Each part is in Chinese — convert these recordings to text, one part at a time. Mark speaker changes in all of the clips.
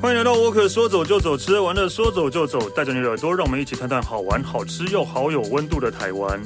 Speaker 1: 欢迎来到沃克，说走就走，吃喝玩乐说走就走，带着你的耳朵，让我们一起探探好玩、好吃又好有温度的台湾。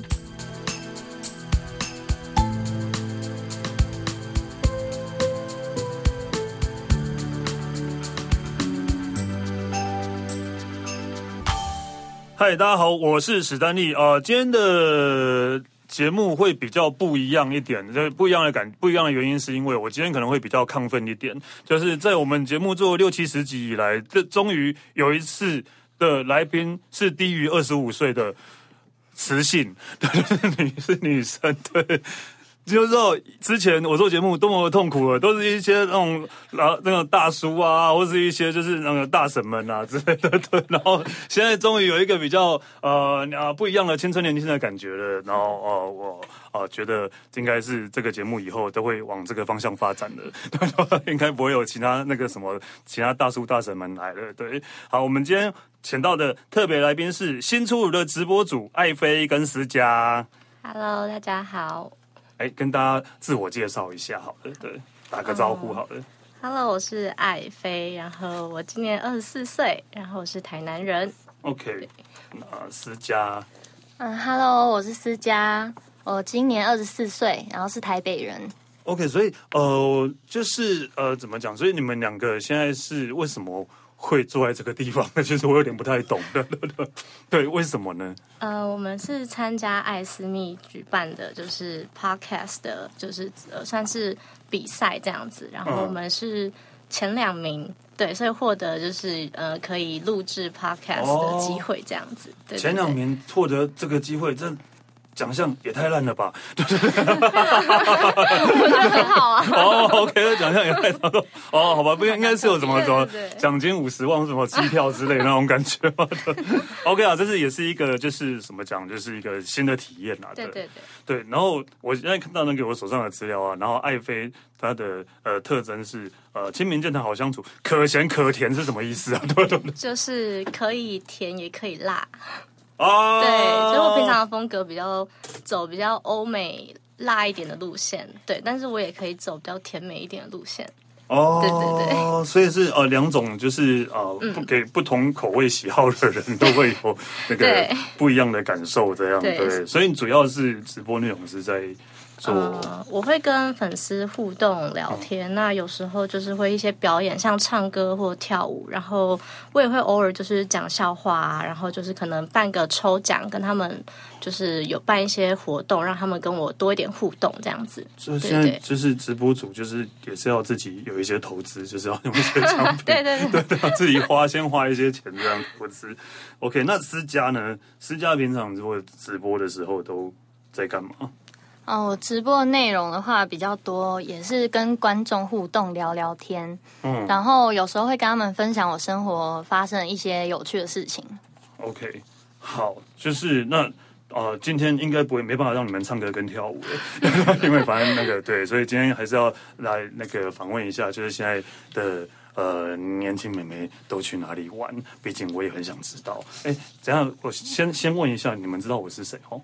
Speaker 1: 嗨，大家好，我是史丹利。呃，今天的节目会比较不一样一点，这不一样的感，不一样的原因是因为我今天可能会比较亢奋一点，就是在我们节目做六七十集以来，这终于有一次的来宾是低于二十五岁的雌性， 对，你是女生，对。就是说，之前我做节目多么痛苦了，都是一些那种老那种大叔啊，或是一些就是那个大婶们啊之 类的。对，然后现在终于有一个比较呃啊不一样的青春年轻的感觉了。然后呃，我呃觉得应该是这个节目以后都会往这个方向发展的， 对应该不会有其他那个什么其他大叔大婶们来了。对，好，我们今天请到的特别来宾是新出炉的直播主艾菲跟思佳。
Speaker 2: Hello，大家好。
Speaker 1: 哎，跟大家自我介绍一下好了，对，打个招
Speaker 2: 哦
Speaker 1: 呼好了。
Speaker 2: Hello，我是艾菲，然后我今年二十四岁，然后我是台南人。
Speaker 1: OK，那思佳，
Speaker 3: 嗯，Hello，我是思佳，我今年二十四岁，然后是台北人。
Speaker 1: OK，所以呃，就是呃，怎么讲？所以你们两个现在是为什么会坐在这个地方呢？其实我有点不太懂的，对对对，为什么呢？
Speaker 2: 呃，我们是参加艾斯密举办的，就是 Podcast 的，就是呃算是比赛这样子。然后我们是前两名，对，所以获得就是呃可以录制 Podcast
Speaker 1: 哦
Speaker 2: 的机会这样子。对对
Speaker 1: 前两
Speaker 2: 对
Speaker 1: 名获得这个机会，这奖项也太烂了吧？
Speaker 2: 我觉得很好啊。
Speaker 1: 哦，OK，奖项也太少了。哦，好吧，不应该是有什么什么
Speaker 2: 对对对
Speaker 1: 奖金五十万、什么机票之类的那种感觉吗 ？OK 啊，这是也是一个就是什么讲，就是一个新的体验啊。
Speaker 2: 对对对，
Speaker 1: 对，然后我现在看到那个我手上的资料啊，然后爱妃她的呃特征是呃亲民健谈好相处，可咸可甜是什么意思啊？ 对对对
Speaker 2: 就是可以甜也可以辣。
Speaker 1: 啊，
Speaker 2: 对，所以我平常的风格比较走比较欧美辣一点的路线，对，但是我也可以走比较甜美一点的路线，
Speaker 1: 哦，
Speaker 2: 对对对嗯
Speaker 1: 所以是呃两种就是呃不给不同口味喜好的人都会有那个
Speaker 2: 对
Speaker 1: 不一样的感受，这样
Speaker 2: 对
Speaker 1: 对，所以你主要是直播内容是在做。
Speaker 2: 呃，我会跟粉丝互动聊天，那有时候就是会一些表演，像唱歌或跳舞，然后我也会偶尔就是讲笑话啊，然后就是可能办个抽奖，跟他们就是有办一些活动，让他们跟我多一点互动这样子。
Speaker 1: 所以
Speaker 2: 对
Speaker 1: 现在
Speaker 2: 对
Speaker 1: 就是直播主，就是也是要自己有一些投资，就是要用一些产品，
Speaker 2: 对对对
Speaker 1: 对对，自己花先花一些钱这样投资。OK，那私家呢？私家平常如果直播的时候都在干嘛？
Speaker 3: 哦，我直播的内容的话比较多，也是跟观众互动聊聊天，
Speaker 1: 嗯
Speaker 3: 然后有时候会跟他们分享我生活发生的一些有趣的事情。
Speaker 1: ，OK，好，就是那。呃，今天应该不会没办法让你们唱歌跟跳舞了， 因为反正那个对，所以今天还是要来那个访问一下，就是现在的呃年轻美眉都去哪里玩？毕竟我也很想知道。哎，怎样？我先先问一下，你们知道我是谁哦？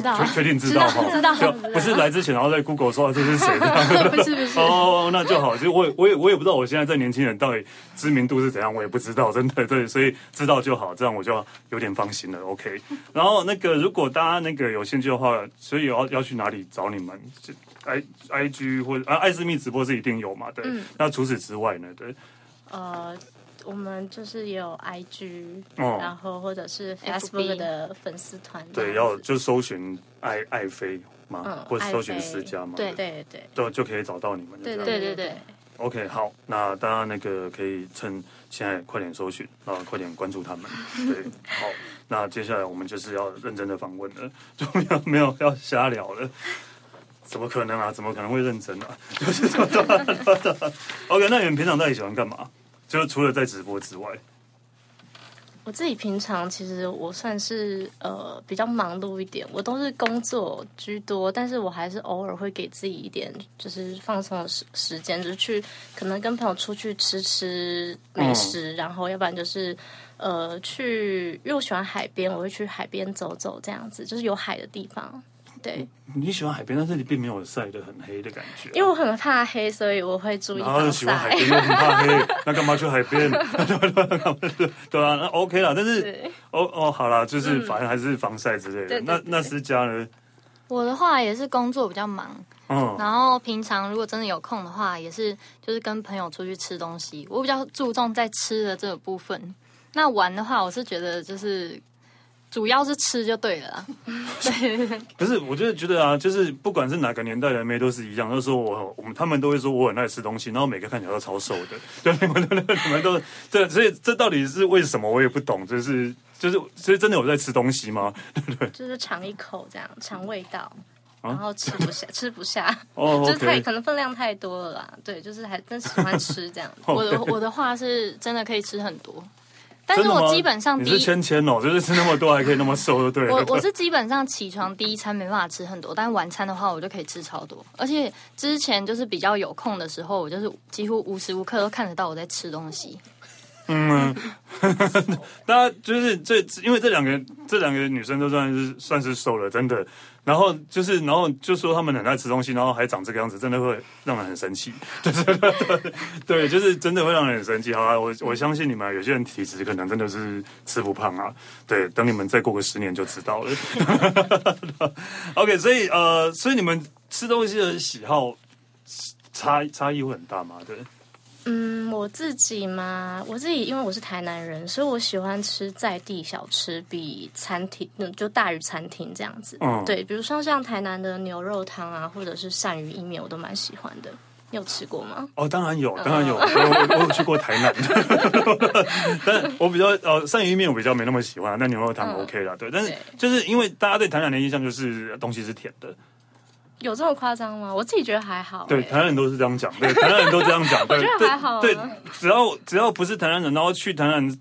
Speaker 3: 道
Speaker 1: 确确定知道哈？啊知道 不是来之前，然后在 Google 说啊这是谁这样
Speaker 2: 不是 不是，
Speaker 1: 哦，那就好。其实我也我也我也不知道我现在在年轻人到底知名度是怎样，我也不知道，真的对，所以知道就好，这样我就有点放心了。OK，然后那个如果大家那个有兴趣的话，所以要要去哪里找你们就？I I G 或者啊艾斯密直播是一定有嘛？对，
Speaker 2: 嗯
Speaker 1: 那除此之外呢？对，
Speaker 2: 呃，我们就是也有 IG，、
Speaker 1: 哦
Speaker 2: 然后或者是 Facebook 的粉丝团这样子，
Speaker 1: 对，要就搜寻爱爱妃嘛，
Speaker 2: 嗯
Speaker 1: 或者搜寻
Speaker 2: 爱妃
Speaker 1: 私家嘛，
Speaker 3: 对
Speaker 2: 对对
Speaker 1: 就就可以找到你们了。这
Speaker 2: 对
Speaker 1: 样
Speaker 2: 对
Speaker 3: 对
Speaker 2: 对
Speaker 3: 对
Speaker 2: 对，
Speaker 1: OK，好，那大家那个可以趁现在快点搜寻，啊，快点关注他们。对，好，那接下来我们就是要认真的访问了，就没有没有要 瞎聊了。怎么可能啊？怎么可能会认真啊 ？OK，那你们平常到底喜欢干嘛？就是除了在直播之外，
Speaker 2: 我自己平常其实我算是呃比较忙碌一点，我都是工作居多，但是我还是偶尔会给自己一点就是放松的时时间，就是去可能跟朋友出去吃吃美食，然后要不然就是呃去，因为我喜欢海边，我会去海边走走这样子，就是有海的地方。对，
Speaker 1: 你喜欢海边，但是你并没有晒得很黑的感觉啊。
Speaker 2: 因为我很怕黑，所以我会注意
Speaker 1: 然后
Speaker 2: 防
Speaker 1: 又喜欢海
Speaker 2: 晒。
Speaker 1: 边，又很怕 黑，那干嘛去海边？ 对啊，那 OK 啦。但是
Speaker 2: 对
Speaker 1: 哦哦，好啦，
Speaker 3: 嗯
Speaker 1: 就是反正还是防晒之类的。
Speaker 2: 对对
Speaker 1: 那
Speaker 2: 对
Speaker 1: 那思佳呢？
Speaker 3: 我的话也是工作比较忙，
Speaker 1: 嗯，
Speaker 3: 然后平常如果真的有空的话，也是就是跟朋友出去吃东西，我比较注重在吃的这个部分。 那玩的话，我是觉得就是主要是吃就对了啦。
Speaker 1: 可是我就是觉得啊，就是不管是哪个年代的妹都是一样，都说我我们他们都会说我很爱吃东西，然后每个看起来都超瘦的， 对，你们都你们都对，所以这到底是为什么我也不懂，就是就是所以真的有在吃东西吗？
Speaker 2: 就是尝一口这样，尝味道，
Speaker 1: 啊
Speaker 2: 然后吃不下，吃不下，
Speaker 1: 哦
Speaker 2: 就是太
Speaker 1: ，OK，
Speaker 2: 可能分量太多了啦。对，就是还真喜欢吃这样。
Speaker 1: 哦
Speaker 3: 我的我的话是真的可以吃很 多，但
Speaker 1: 真
Speaker 3: 是
Speaker 1: 的吗
Speaker 3: 我基本上
Speaker 1: 你
Speaker 3: 第
Speaker 1: 是
Speaker 3: 一。
Speaker 1: 芊芊哦，就是吃那么多还可以那么瘦，就对
Speaker 3: 我
Speaker 1: 了。
Speaker 3: 我是基本上起床第一餐没办法吃很多，但晚餐的话我就可以吃超多。而且之前就是比较有空的时候，我就是几乎无时无刻都看得到我在吃东西。
Speaker 1: 嗯，大家就是这，因为这两个这两个女生都算是算是瘦了，真的。然后就是，然后就说她们很爱吃东西，然后还长这个样子，真的会让人很生气。 对，就是真的会让人很生气。好啦，我我相信你们啊有些人体质可能真的是吃不胖啊。对，等你们再过个十年就知道了。OK，所以呃，所以你们吃东西的喜好差差异会很大吗？对，
Speaker 2: 嗯，我自己嘛，我自己因为我是台南人，所以我喜欢吃在地小吃，比餐厅嗯就大于餐厅这样子。
Speaker 1: 嗯
Speaker 2: 对，比如说像台南的牛肉汤啊，或者是鳝鱼意面，我都蛮喜欢的。你有吃过吗？
Speaker 1: 哦，当然有，
Speaker 2: 嗯
Speaker 1: 当然有，我我我有去过台 南，但我比较呃鳝鱼面我比较没那么喜欢，但牛肉汤
Speaker 2: 嗯
Speaker 1: OK 啦，对，但是
Speaker 2: 对
Speaker 1: 就是因为大家对台南的印象就是呃东西是甜的，
Speaker 2: 有这么夸张吗？我自己觉得还好、欸。
Speaker 1: 对，台南人都是这样讲，对，台南人都这样 讲，对，
Speaker 2: 觉得
Speaker 1: 对
Speaker 2: 还好啊
Speaker 1: 对，只要只要不是台南人，然后去台南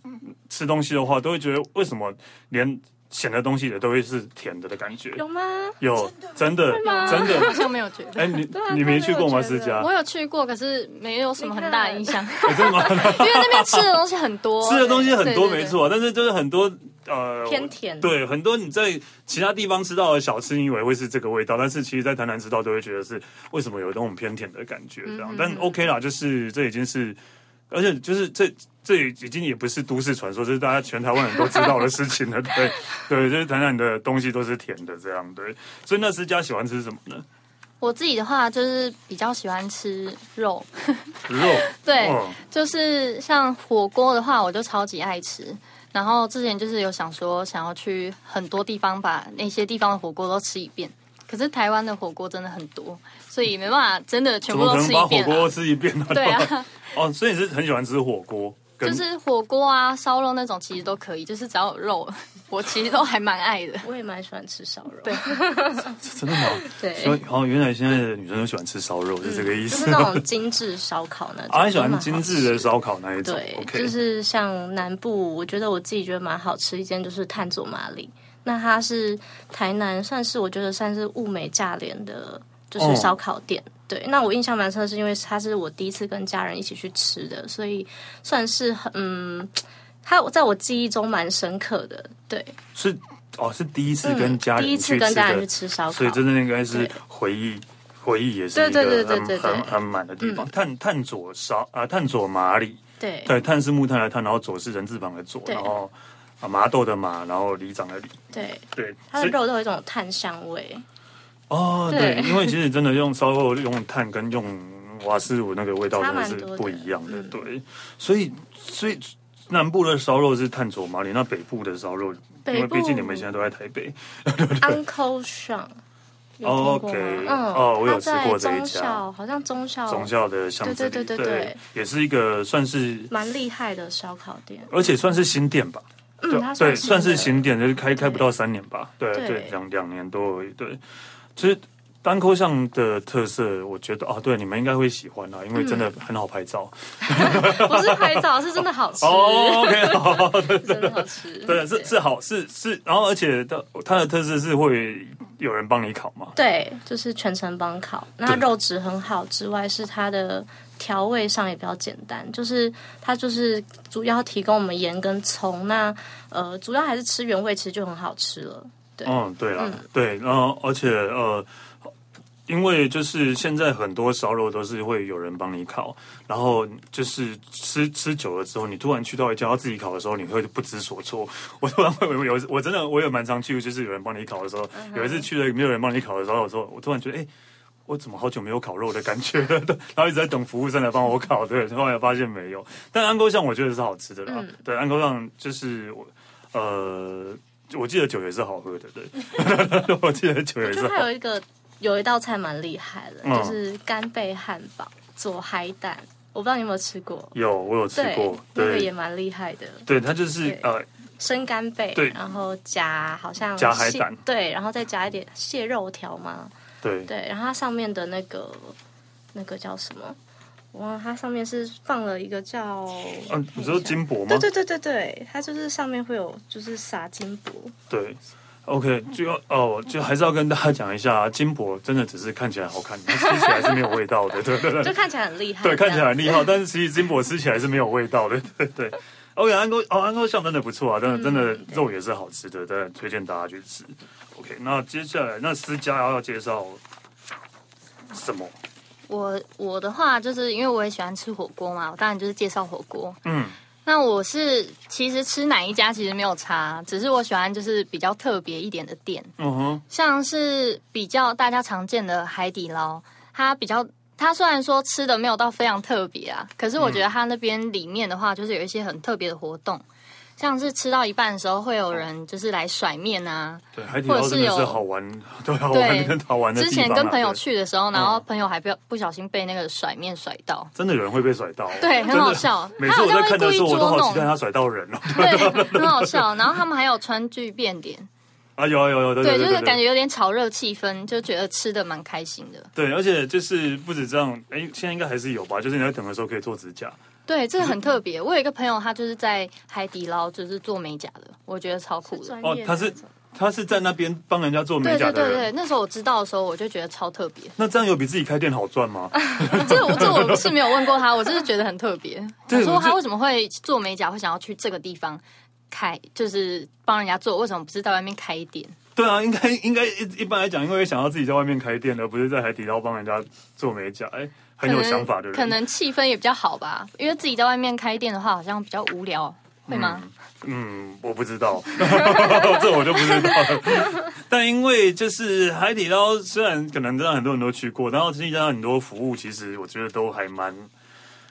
Speaker 1: 吃东西的话，都会觉得为什么连咸的东西也都会是甜的的感觉，
Speaker 2: 有吗？
Speaker 1: 有真的
Speaker 2: 吗
Speaker 1: 真
Speaker 3: 好
Speaker 1: 的，
Speaker 3: 像没有觉得，
Speaker 1: 哎，你
Speaker 2: 啊
Speaker 1: 你没去过吗？
Speaker 2: 真的
Speaker 1: 思
Speaker 2: 有觉
Speaker 1: 佳，
Speaker 2: 得
Speaker 3: 我有去过，可是没有什么很大的印象，
Speaker 1: 哎 真的吗？
Speaker 3: 因为那边吃的东西很多，
Speaker 1: 吃的东西很多
Speaker 3: 对
Speaker 1: 没。错，但是就是很多呃
Speaker 2: 偏甜
Speaker 1: 对，很多你在其他地方吃到的小吃，你以为会是这个味道，但是其实，在台南吃到都会觉得是为什么有那种偏甜的感觉这
Speaker 3: 嗯
Speaker 1: 样。但 OK 啦，就是这已经是，而且就是这。这已经也不是都市传说，这是大家全台湾人都知道的事情了。 对，对，就是台南的东西都是甜的，这样对。所以那思佳喜欢吃什么呢？
Speaker 3: 我自己的话就是比较喜欢吃肉，
Speaker 1: 肉。
Speaker 3: 对，
Speaker 1: 哦
Speaker 3: 就是像火锅的话，我就超级爱吃。然后之前就是有想说想要去很多地方把那些地方的火锅都吃一遍，可是台湾的火锅真的很多，所以没办法真的全
Speaker 1: 怎
Speaker 3: 部
Speaker 1: 么
Speaker 3: 都
Speaker 1: 可能
Speaker 3: 吃
Speaker 1: 把
Speaker 3: 一
Speaker 1: 火
Speaker 3: 遍、
Speaker 1: 锅
Speaker 3: 啊。
Speaker 1: 吃一遍呢？
Speaker 3: 对啊，
Speaker 1: 哦，所以你是很喜欢吃火锅，跟
Speaker 3: 就是火锅啊、烧肉那种其实都可以，就是只要有肉，我其实都还蛮爱的。
Speaker 2: 我也蛮喜欢吃烧
Speaker 1: 哦
Speaker 2: 肉。
Speaker 3: 对
Speaker 1: 真的吗？
Speaker 2: 对，
Speaker 1: 所以哦，原来现在的女生都喜欢吃烧肉，是这个意
Speaker 2: 就是
Speaker 1: 思。
Speaker 2: 那种精致烧烤那种。
Speaker 1: 啊，你喜
Speaker 2: 都
Speaker 1: 欢
Speaker 2: 蛮好
Speaker 1: 精
Speaker 2: 吃
Speaker 1: 致的烧烤那一种
Speaker 2: 对
Speaker 1: ？OK，
Speaker 2: 就是像南部，我觉得我自己觉得蛮好吃一间就是炭佐麻里，那它是台南算是我觉得算是物美价廉的，
Speaker 1: 哦
Speaker 2: 就是烧烤店。对，那我印象蛮深，是因为它是我第一次跟家人一起去吃的，所以算是很嗯，它在我记忆中蛮深刻的。对，
Speaker 1: 是哦，是第一次跟家人
Speaker 2: 嗯第一次
Speaker 1: 去
Speaker 2: 跟
Speaker 1: 吃
Speaker 2: 家人去
Speaker 1: 的，
Speaker 2: 吃烧烤，
Speaker 1: 所以真的应该是
Speaker 2: 对
Speaker 1: 回忆。回忆也是一
Speaker 2: 对对
Speaker 1: 个
Speaker 2: 对对
Speaker 1: 很
Speaker 2: 对对
Speaker 1: 很很满的地方。探探左烧啊，探左麻里，
Speaker 2: 对
Speaker 1: 对，探是木炭的炭，然后左是人字旁的左，
Speaker 2: 对
Speaker 1: 然后啊麻豆的麻，然后里长的里，
Speaker 2: 对，
Speaker 1: 对，
Speaker 2: 它
Speaker 1: 所
Speaker 2: 的
Speaker 1: 以
Speaker 2: 肉都有一种炭香味。
Speaker 1: 哦，对，
Speaker 2: 对
Speaker 1: 因为其实真的用烧肉用炭跟用瓦斯炉那个味道真的是不一样的，
Speaker 2: 差蛮嗯多
Speaker 1: 对，所以所以南部的烧肉是炭佐麻里，那北部的烧肉，因
Speaker 2: 北部
Speaker 1: 为毕竟你们现在都在台北，
Speaker 2: Uncle Sean。有
Speaker 1: 哦
Speaker 2: 听过
Speaker 1: OK，
Speaker 2: 吗嗯，
Speaker 1: 哦我有
Speaker 2: 他
Speaker 1: 吃
Speaker 2: 在
Speaker 1: 过这一
Speaker 2: 中
Speaker 1: 家
Speaker 2: 校好像中校
Speaker 1: 中校的巷子里，
Speaker 2: 对对对对对
Speaker 1: 也是一个算是，
Speaker 2: 蛮厉害的烧烤店，
Speaker 1: 而且算是新店吧。
Speaker 2: 嗯，它
Speaker 1: 对对，算是
Speaker 2: 的
Speaker 1: 新点，就是开开不到三年吧，对
Speaker 2: 对
Speaker 1: 对，两两年多而已。对，其实单扣项的特色，我觉得啊，对你们应该会喜欢啊啦，因为真的很好拍照。
Speaker 2: 不是拍照，是真的好吃，
Speaker 1: 哦，OK，好， 对
Speaker 2: 真的好吃，
Speaker 1: 对，是是好是是，然后而且它它的特色是会有人帮你烤嘛，
Speaker 2: 对，就是全程帮烤。那
Speaker 1: 对
Speaker 2: 肉质很好之外，是它的调味上也比较简单，就是它就是主要提供我们盐跟葱。那呃，主要还是吃原味，其实就很好吃了。对，
Speaker 1: 嗯，对啦，对，然后而且呃，因为就是现在很多烧肉都是会有人帮你烤，然后就是吃吃久了之后，你突然去到一家要自己烤的时候，你会不知所措。 我突然会有有我真的我有蛮常去，就是有人帮你烤的时候，有一次去了没有人帮你烤的时候，我说我突然觉得哎。我怎么好久没有烤肉的感觉了？ 然后一直在等服务生来帮我烤，对，后来发现没有。但安沟巷我觉得是好吃的啦，对，安沟巷就是我呃，我记得酒也是好喝的，对， 我记得酒也
Speaker 2: 就是它
Speaker 1: 好嗯
Speaker 2: 有一个有一道菜蛮厉害的，就是干贝汉堡佐海胆，我不知道你有没有吃过。
Speaker 1: 有，我有吃
Speaker 2: 对
Speaker 1: 过，，
Speaker 2: 那个
Speaker 1: 对，
Speaker 2: 也蛮厉害的，
Speaker 1: 对，它就是
Speaker 2: 对
Speaker 1: 呃，
Speaker 2: 生干贝
Speaker 1: 对，
Speaker 2: 然后加好像
Speaker 1: 加海
Speaker 2: 蟹
Speaker 1: 胆
Speaker 2: 对，然后再加一点蟹肉条嘛，
Speaker 1: 对，
Speaker 2: 对，然后它上面的那个那个叫什么？我忘了，它上面是放了一个叫，
Speaker 1: 嗯，你说金箔吗
Speaker 2: 对？对对对对，它就是上面会有就是撒金箔，
Speaker 1: 对。OK，就要哦，就还是要跟大家讲一下，啊金箔真的只是看起来好看，它吃起来是没有味道的，对对对。
Speaker 2: 就看起来很厉害，
Speaker 1: 对，看起来
Speaker 2: 这样
Speaker 1: 很厉害，但是其实金箔吃起来是没有味道的。对对对，OK，安沟哦，安沟巷真的不错啊，真的真的肉也是好吃的，真的推荐大家去吃。OK，那接下来那私家要介绍什么？
Speaker 3: 我我的话，就是因为我也喜欢吃火锅嘛，我当然就是介绍火锅。
Speaker 1: 嗯，
Speaker 3: 那我是其实吃哪一家其实没有差，只是我喜欢就是比较特别一点的店，
Speaker 1: 嗯哼，
Speaker 3: 像是比较大家常见的海底捞，它比较。它虽然说吃的没有到非常特别啊，可是
Speaker 1: 嗯
Speaker 3: 我觉得它那边里面的话，就是有一些很特别的活动，像是吃到一半的时候会有人就是来甩面啊，
Speaker 1: 对，海底捞真的
Speaker 3: 或者
Speaker 1: 是
Speaker 3: 是有
Speaker 1: 好玩，对，好玩跟好玩的地
Speaker 3: 之
Speaker 1: 方啊。
Speaker 3: 前跟朋友
Speaker 1: 对，嗯
Speaker 3: 去的时候，然后朋友还不不小心被那个甩面甩到，
Speaker 1: 真的有人会被甩到，哦
Speaker 3: 对，
Speaker 1: 真
Speaker 3: 很
Speaker 1: 的
Speaker 3: 好。笑。
Speaker 1: 每次我在
Speaker 3: 他好像会
Speaker 1: 看
Speaker 3: 故
Speaker 1: 的
Speaker 3: 意
Speaker 1: 时候，我都
Speaker 3: 捉
Speaker 1: 好
Speaker 3: 弄
Speaker 1: 期，待他甩到人哦。
Speaker 3: 对，很好笑。然后他们还有川剧变脸，
Speaker 1: 啊，有啊有啊有啊，对对
Speaker 3: 对，就
Speaker 1: 对，
Speaker 3: 是
Speaker 1: 对
Speaker 3: 感觉有点炒热气氛，就觉得吃的蛮开心的。
Speaker 1: 对，而且就是不止这样，哎，现在应该还是有吧？就是你在等的时候可以做指甲，
Speaker 3: 对，这个很特别。我有一个朋友，他就是在海底捞就是做美甲的，我觉得超酷
Speaker 2: 是
Speaker 3: 的。
Speaker 2: 专业的
Speaker 1: 哦它是
Speaker 2: 那种
Speaker 1: 他是在那边帮人家做美
Speaker 3: 对
Speaker 1: 甲
Speaker 3: 对
Speaker 1: 的
Speaker 3: 对
Speaker 1: 人。
Speaker 3: 对，那时候我知道的时候，我就觉得超特别。
Speaker 1: 那这样有比自己开店好赚吗？
Speaker 3: 这我这我是没有问过他，我就是觉得很特 别。
Speaker 1: 对
Speaker 3: 我说
Speaker 1: 我这
Speaker 3: 他为什么会做美甲，会想要去这个地方开，就是帮人家做，为什么不是在外面开一点？
Speaker 1: 对啊，应该应该一一般来讲，因为想要自己在外面开店，而不是在海底捞帮人家做美甲，哎、很有想法的人，
Speaker 3: 可能气氛也比较好吧。因为自己在外面开店的话，好像比较无聊，会吗？
Speaker 1: 嗯，我不知道， 这我就不 知道了。但因为就是海底捞，虽然可能让很多人都去过，然后实际上很多服务，其实我觉得都还蛮。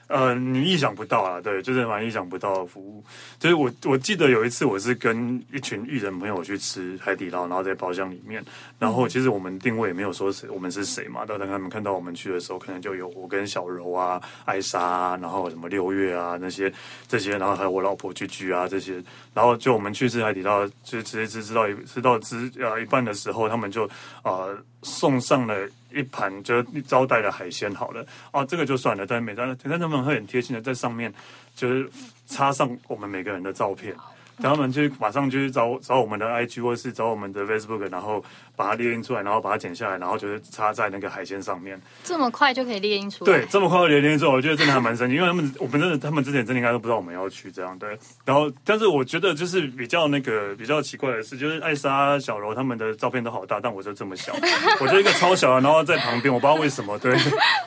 Speaker 1: 呃，你意想不到啊，对，就是蛮意想不到的服务。就是我我记得有一次，我是跟一群艺人朋友去吃海底捞，然后在包厢里面，然后其实我们定位也没有说谁我们是谁嘛，但当他们看到我们去的时候，可能就有我跟小柔啊、艾莎、啊，然后什么六月啊那些这些，然后还有我老婆居居啊这些，然后就我们去吃海底捞，就直接吃吃到一吃到吃呃一半的时候，他们就呃送上了一盘就是招待的海鲜好了啊，这个就算了，但每张但他们会很贴心的在上面就是插上我们每个人的照片。然后他们就马上就去找找我们的 IG 或是找我们的 Facebook，然后把它列印出来，然后把它剪下来，然后就是插在那个海鲜上面。
Speaker 3: 这么快就可以猎鹰出来？
Speaker 1: 对，这么快就连连做，我觉得真的还蛮神奇，因为他们我们真的他们之前真的应该都不知道我们要去这样对。然后，但是我觉得就是比较那个比较奇怪的是，就是艾莎、小柔他们的照片都好大，但我就这么小，我就一个超小的，然后在旁边，我不知道为什么对。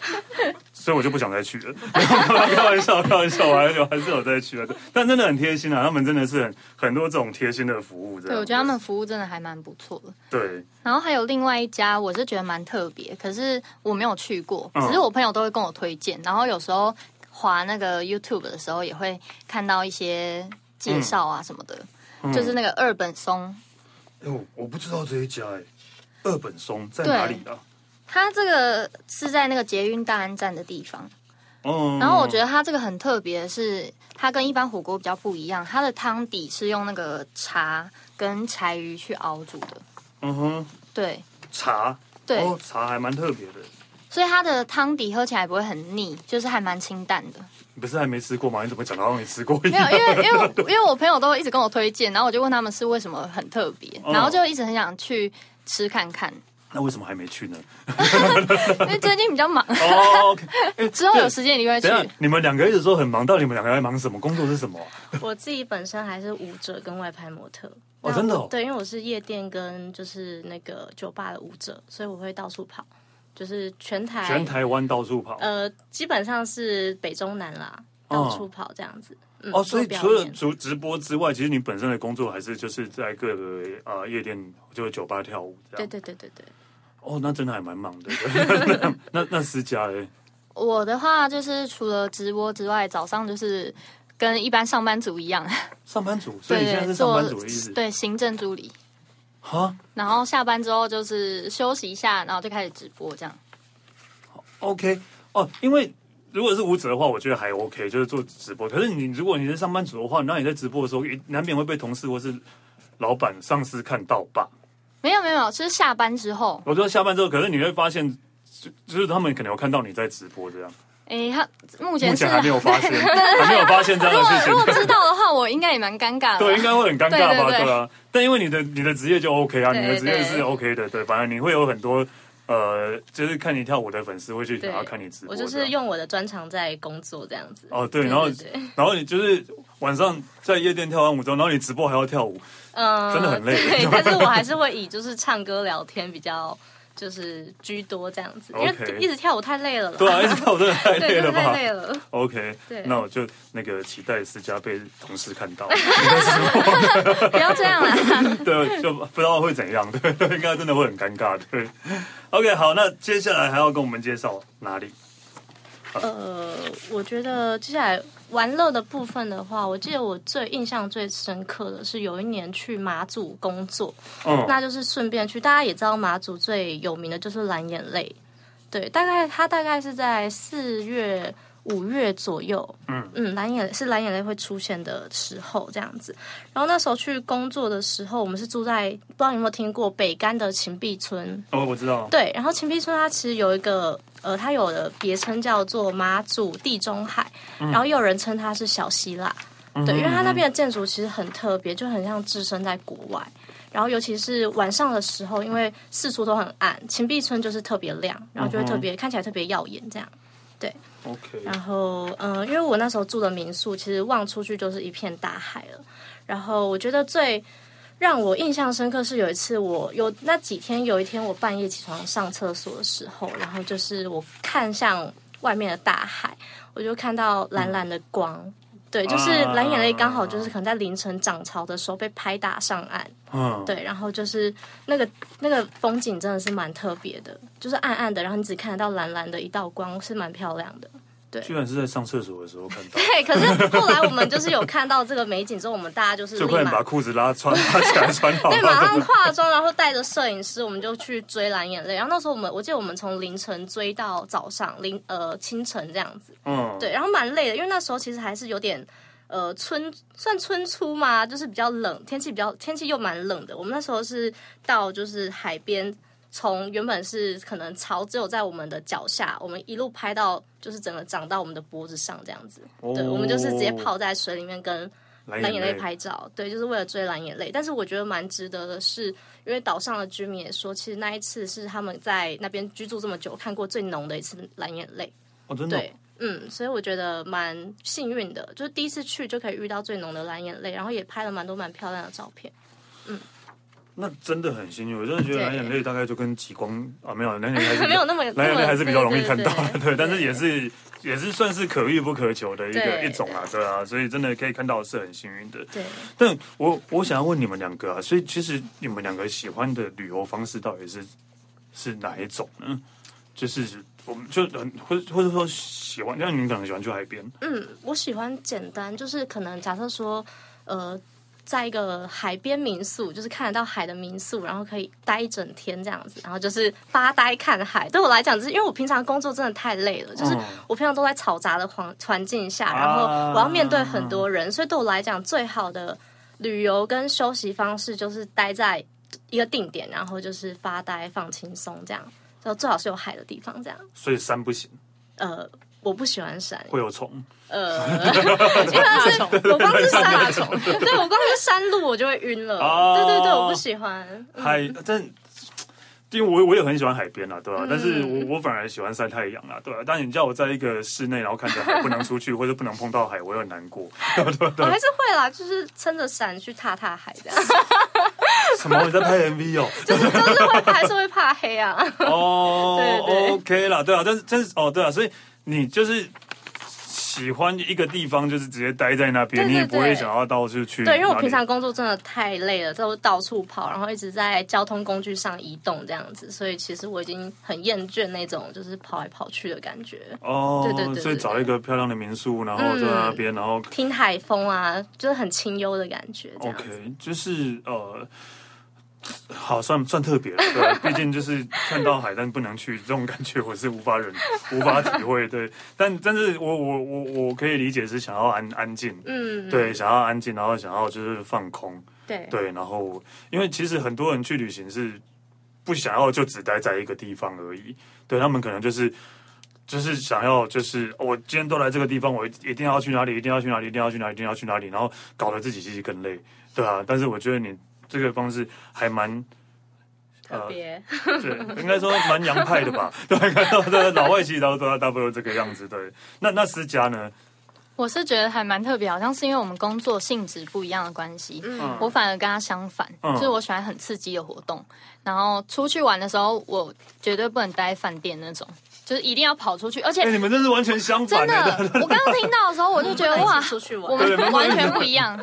Speaker 1: 所以我就不想再去了， 开玩笑，开玩笑，我还有还是有再去了，对但真的很贴心啊，他们真的是很很多这种贴心的服务，对
Speaker 3: 对，我觉得他们服务真的还蛮不错的。
Speaker 1: 对，
Speaker 3: 然后还有另外一家，我是觉得蛮特别，可是我没有去过，
Speaker 1: 嗯
Speaker 3: 只是我朋友都会跟我推荐，然后有时候滑那个 YouTube 的时候也会看到一些介
Speaker 1: 嗯
Speaker 3: 绍啊什么的，就是那个二本松，
Speaker 1: 哎呦，我不知道这一家哎、二本松在哪里啊？
Speaker 3: 它这个是在那个捷运大安站的地方，
Speaker 1: 嗯，
Speaker 3: 然后我觉
Speaker 1: 得
Speaker 3: 得它这个很特别的是，它跟一般火锅比较不一样，它的汤底是用那个茶跟柴鱼去熬煮的，
Speaker 1: 嗯哼
Speaker 3: 对
Speaker 1: 茶。
Speaker 3: 对，
Speaker 1: 哦，茶还蛮特别的。
Speaker 3: 所以它的汤底喝起来不会很腻，就是还蛮清淡的。
Speaker 1: 你不是还没吃过吗？你怎么讲到没吃过一
Speaker 3: 没有，
Speaker 1: 样？
Speaker 3: 因为因为我因为我朋友都一直跟我推荐，然后我就问他们是为什么很特别，
Speaker 1: 嗯
Speaker 3: 然后就一直很想去吃看看，
Speaker 1: 那为什么还没 去呢？
Speaker 3: 因为最近比较忙，
Speaker 1: 哦，OK，哎
Speaker 3: 之后有时间一定会去
Speaker 1: 等。一下，你们两个一直说很忙，到底你们两个在忙什么？工作是什么啊？
Speaker 2: 我自己本身还是舞者跟外拍模特，
Speaker 1: 哦
Speaker 2: 那
Speaker 1: 真的
Speaker 2: 我
Speaker 1: 哦
Speaker 2: 对，因为我是夜店跟就是那个酒吧的舞者，所以我会到处跑，就是全台
Speaker 1: 全台湾到处跑。
Speaker 2: 呃，基本上是北中南啦，
Speaker 1: 哦
Speaker 2: 到处跑这样子。嗯
Speaker 1: 哦，所以
Speaker 2: 做表
Speaker 1: 除了
Speaker 2: 演
Speaker 1: 直直播之外，其实你本身的工作还是就是在各个呃夜店，就是酒吧跳舞这
Speaker 2: 对
Speaker 1: 样。
Speaker 2: 对对对对，
Speaker 1: 哦，那真的还蛮忙的。 对那那思佳嘞，
Speaker 3: 我的话就是除了直播之外，早上就是跟一般上班族一样，
Speaker 1: 上班族，所以
Speaker 3: 对
Speaker 1: 你现在是上
Speaker 3: 对，做
Speaker 1: 班族的意思？
Speaker 3: 对行政助理。
Speaker 1: 哈
Speaker 3: 然后下班之后就是休息一下，然后就开始直播这样。
Speaker 1: ，OK，哦，因为。如果是舞者的话，我觉得还 OK，就是做直播。可是你如果你是上班族的话，那你在直播的时候，难免会被同事或是老板、上司看到吧？
Speaker 3: 没有没有，就是下班之后，
Speaker 1: 我说下班之后，可是你会发现，就就是他们可能有看到你在直播这样，
Speaker 3: 诶，他目
Speaker 1: 目
Speaker 3: 前是
Speaker 1: 前还没有发现，还没有发现这样的事情
Speaker 3: 如。果知道的话，我应该也蛮尴尬的。
Speaker 1: 对，应该会很尴尬吧？
Speaker 3: 对对对
Speaker 1: 啊，但因为你的你的职业就 OK 啊，
Speaker 3: 对
Speaker 1: 你的职业
Speaker 3: 对
Speaker 1: 是 OK 的，对，反正你会有很多呃，就是看你跳舞的粉丝会去
Speaker 2: 对
Speaker 1: 想要看你直播
Speaker 2: 我
Speaker 1: 这样，
Speaker 2: 就是用我的专长在工作这样子。
Speaker 1: 哦对，然后
Speaker 2: 对对
Speaker 1: 然后你就是晚上在夜店跳完舞之后，然后你直播还要 跳舞，
Speaker 2: 嗯，
Speaker 1: 真的很累
Speaker 2: 对，但是我还是会以就是唱歌聊天比较就是居多这样子，因
Speaker 1: OK
Speaker 2: 为一直跳舞太累了啦。
Speaker 1: 对啊，一直跳舞真的太
Speaker 2: 对
Speaker 1: 累
Speaker 2: 真
Speaker 1: 了
Speaker 2: 的
Speaker 1: 吧
Speaker 2: 太累了。
Speaker 1: ？OK，
Speaker 2: 对
Speaker 1: 那我就那个期待思佳被同事看到，
Speaker 3: 不要这样啦。
Speaker 1: 对，就不知道会怎样，对， 应该真的会很尴尬，对。OK，好，那接下来还要跟我们介绍哪里？
Speaker 2: 呃，我觉得接下来玩乐的部分的话，我记得我最印象最深刻的是有一年去马祖工作，
Speaker 1: 嗯，
Speaker 2: 那就是顺便去。大家也知道马祖最有名的就是蓝眼泪，对，大概它大概是在四月。五月左右，
Speaker 1: 嗯
Speaker 2: 嗯，蓝眼是蓝眼泪会出现的时候这样子。然后那时候去工作的时候，我们是住在不知道你有没有听过北干的秦壁村，
Speaker 1: 哦，我知道，
Speaker 2: 对，然后秦壁村它其实有一个呃，它有的别称叫做马祖地中海，然后也有人称它是小希腊，对，因为它那边的建筑其实很特别，就很像置身在国外。然后尤其是晚上的时候，因为四处都很暗，秦壁村就是特别亮，然后就会特别、看起来特别耀眼这样。
Speaker 1: OK，
Speaker 2: 然后，嗯、因为我那时候住的民宿，其实望出去就是一片大海了。然后，我觉得最让我印象深刻是有一次我，有那几天有一天我半夜起床上厕所的时候，然后就是我看向外面的大海，我就看到蓝蓝的光。对，就是蓝眼泪，刚好就是可能在凌晨涨潮的时候被拍打上岸，
Speaker 1: 嗯，
Speaker 2: 对，然后就是那个那个风景真的是蛮特别的，就是暗暗的，然后你只看得到蓝蓝的一道光，是蛮漂亮的。
Speaker 1: 居然是在上厕所的时候看 到，
Speaker 2: 对，可是后来我们就是有看到这个美景之后，我们大家就是
Speaker 1: 就
Speaker 2: 立
Speaker 1: 快点把
Speaker 2: 马
Speaker 1: 裤子拉穿拉起来穿好。
Speaker 2: 对马上化妆，然后带着摄影师，我们就去追蓝眼泪。然后那时候我们，我记得我们从凌晨追到早上凌呃清晨这样子，
Speaker 1: 嗯，
Speaker 2: 对，然后蛮累的，因为那时候其实还是有点。呃，春算春初嘛，就是比较冷，天气比较天气又蛮冷的。我们那时候是到就是海边，从原本是可能潮只有在我们的脚下，我们一路拍到就是整个长到我们的脖子上这样子。
Speaker 1: 哦
Speaker 2: 对，我们就是直接泡在水里面跟
Speaker 1: 蓝
Speaker 2: 蓝眼泪拍照，对，就是为了追蓝眼泪。但是我觉得蛮值得的是，因为岛上的居民也说，其实那一次是他们在那边居住这么久看过最浓的一次蓝眼泪。
Speaker 1: 哦，真的哦
Speaker 2: 对，嗯，所以我觉得蛮幸运的，就是第一次去就可以遇到最浓的蓝眼泪，然后也拍了蛮多蛮漂亮的照片。
Speaker 1: 那真的很幸运，我真的觉得
Speaker 2: 对
Speaker 1: 蓝眼泪大概就跟极光啊，没有蓝眼泪还是
Speaker 2: 没有那么
Speaker 1: 蓝眼泪还是比较容易看到
Speaker 2: 对对，对
Speaker 1: 对，但是也是也是算是可遇不可求的一个
Speaker 2: 对
Speaker 1: 一种啊，对啊，所以真的可以看到是很幸运的。
Speaker 2: 对，
Speaker 1: 但我我想要问你们两个啊，所以其实你们两个喜欢的旅游方式到底是是哪一种呢？就是我们就很或者或者说喜欢，像你们可能喜欢去海边，
Speaker 2: 嗯，我喜欢简单，就是可能假设说，呃，在一个海边民宿，就是看得到海的民宿，然后可以待一整天这样子，然后就是发呆看海。对我来讲，就是因为我平常工作真的太累了，就是
Speaker 1: 嗯
Speaker 2: 我平常都在嘈杂的环环境下，
Speaker 1: 啊
Speaker 2: 然后我要面对很多人，所以对我来讲，最好的旅游跟休息方式就是待在一个定点，然后就是发呆放轻松这样，就最好是有海的地方这样。
Speaker 1: 所以山不行，
Speaker 2: 呃，我不喜欢山，
Speaker 1: 会有虫。
Speaker 2: 呃，因为它是我 光是山，对我光是山路我就会晕了。
Speaker 1: 哦
Speaker 2: 对对对，我不 喜欢。嗯
Speaker 1: 海，但因为我我也很喜欢海边啦，对吧、但是
Speaker 2: 嗯
Speaker 1: 我我反而喜欢晒太阳啦，啊对吧、但你叫我在一个室内，然后看着海，不能出去 或者不能碰到海，我也很难过。
Speaker 2: 我还是会啦，就是撑着伞去踏踏海这样。
Speaker 1: 什么？你在拍 MV 哦？
Speaker 2: 就是都是会怕还是会怕黑啊。
Speaker 1: 嗯哦
Speaker 2: 对对
Speaker 1: ，OK 啦，对啊，但是但是哦，对啊，所以你就是喜欢一个地方，就是直接待在那边，
Speaker 2: 对对
Speaker 1: 你也不会
Speaker 2: 对
Speaker 1: 想要到处去哪
Speaker 2: 对，
Speaker 1: 里。
Speaker 2: 因为我平常工作真的太累了，都到处跑，然后一直在交通工具上移动这样子，所以其实我已经很厌倦那种就是跑来跑去的感觉。
Speaker 1: 哦，
Speaker 2: 对对对对嗯
Speaker 1: 所以找一个漂亮的民宿，然后在那边，然后
Speaker 2: 听海风啊，就是很清幽的感觉，这样子。
Speaker 1: OK，就是呃。好，算算特别了，对啊，毕竟就是看到海，但不能去，这种感觉我是无法忍、无法体会。对，但但是我我我我可以理解是想要安安静，
Speaker 2: 嗯，
Speaker 1: 对，想要安静，然后想要就是放空，
Speaker 2: 对
Speaker 1: 对，然后因为其实很多人去旅行是不想要就只待在一个地方而已，对他们可能就是就是想要就是哦我今天都来这个地方，我一定要去哪里，一定要去哪里，一定要去哪里，一定要去哪里，然后搞得自己其实更累，对啊。但是我觉得你这个方式还蛮。呃
Speaker 2: 特别。
Speaker 1: 对，应该说蛮洋派的吧， 对，对，老外其实都都大部分都这个样子，对。那那思佳呢？
Speaker 3: 我是觉得还蛮特别，好像是因为我们工作性质不一样的关系，
Speaker 2: 嗯
Speaker 3: 我反而跟他相反，
Speaker 1: 嗯
Speaker 3: 就是我喜欢很刺激的活动，然后出去玩的时候，我绝对不能待在饭店那种，就是一定要跑出去，而且
Speaker 1: 哎、你们真是完全相反欸啊
Speaker 3: 真的
Speaker 1: 的，，
Speaker 3: 我刚刚听到的时候，我就觉 得哇
Speaker 2: 一起，出去
Speaker 3: 我
Speaker 2: 玩，
Speaker 1: 对没
Speaker 3: 们
Speaker 1: 错
Speaker 3: 完全不一样，